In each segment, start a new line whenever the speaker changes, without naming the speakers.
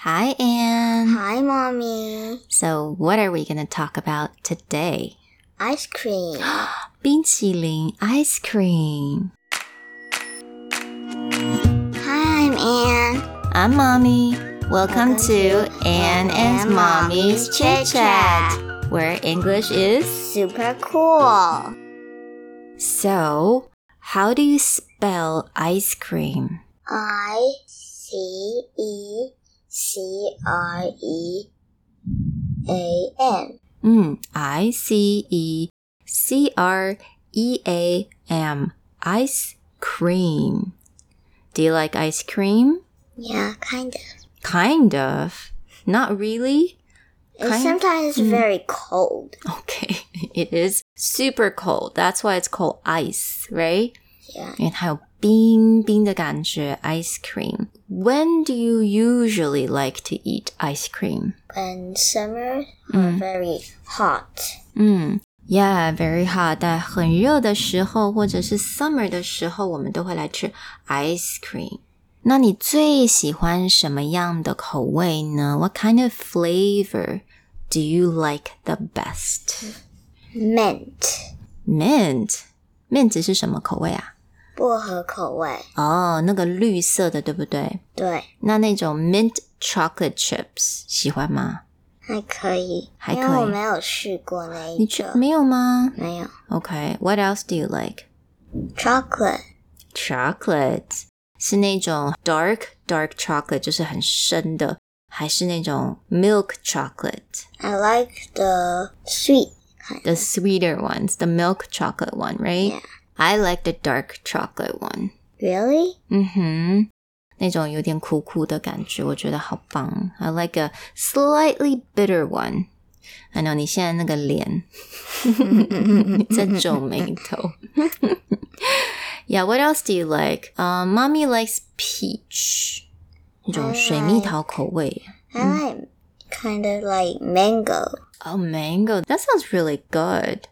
Hi, Anne.
Hi, mommy.
So, what are we going to talk about today?
Ice cream.
冰淇淋 ice cream.
Hi, I'm Anne.
I'm Mommy. Welcome, to Anne and Mommy's Chit Chat, where English is.
Super cool.
So, how do you spell ice cream?
I C E C R E A N.
嗯，I Hmm, C E C R E A M ice cream. Do you like ice cream?
Yeah, kind of.
Kind of. Not really. Kind Mm.
It's sometimes very cold.
Okay. It is super cold. That's why it's called ice, right?
Yeah.
And how bing bing ice cream. When do you usually like to eat ice cream?
When summer are
Mm.
very hot.
嗯，Yeah, Hmm, very hot。但很热的时候，或者是 summer 的时候，我们都会来吃 ice cream。那你最喜欢什么样的口味呢？What kind of flavor do you like the best?
Mint.
Mint. Mint 是什么口味啊？哦，那个绿色的，对不对？那那种 mint chocolate chips 喜欢吗？还可以。
薄荷口味。对，还可以。因为我没有试过那一个。
你去没有吗
没有。
？OK，what、else do you like?
Chocolate.
chocolate 是那种 dark dark chocolate，就是很深的，还是那种 milk chocolate
I like the sweet kind.
the sweeter ones, the milk chocolate one, right?
Yeah.
I like the dark chocolate one.
Really?
嗯哼，那种有点苦苦的感觉，我觉得好棒。I like a slightly bitter one. I know 你现在那个脸在皱眉头。yeah, what else do you like? Uh, mommy likes peach. 那种水蜜桃口味。Mm.
I like kind of like mango.
Oh, mango. That sounds really good.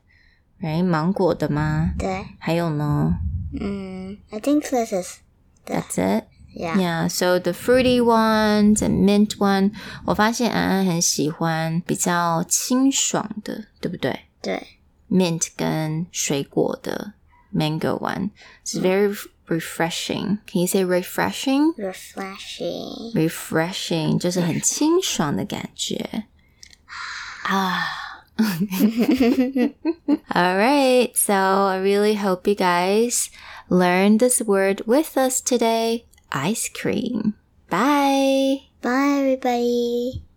Right? 芒果的吗？
对，
还有呢
嗯，I think this is
？That's it.
yeah.
Yeah, so the fruity ones and mint one，我发现安安很喜欢比较清爽的，对不对
对
？Mint 跟水果的 mango one is very refreshing. Can you say refreshing?
refreshing.
Refreshing 就是很清爽的感觉啊。All right, so I really hope you guys learned this word with us today. Ice cream. Bye.
Bye everybody.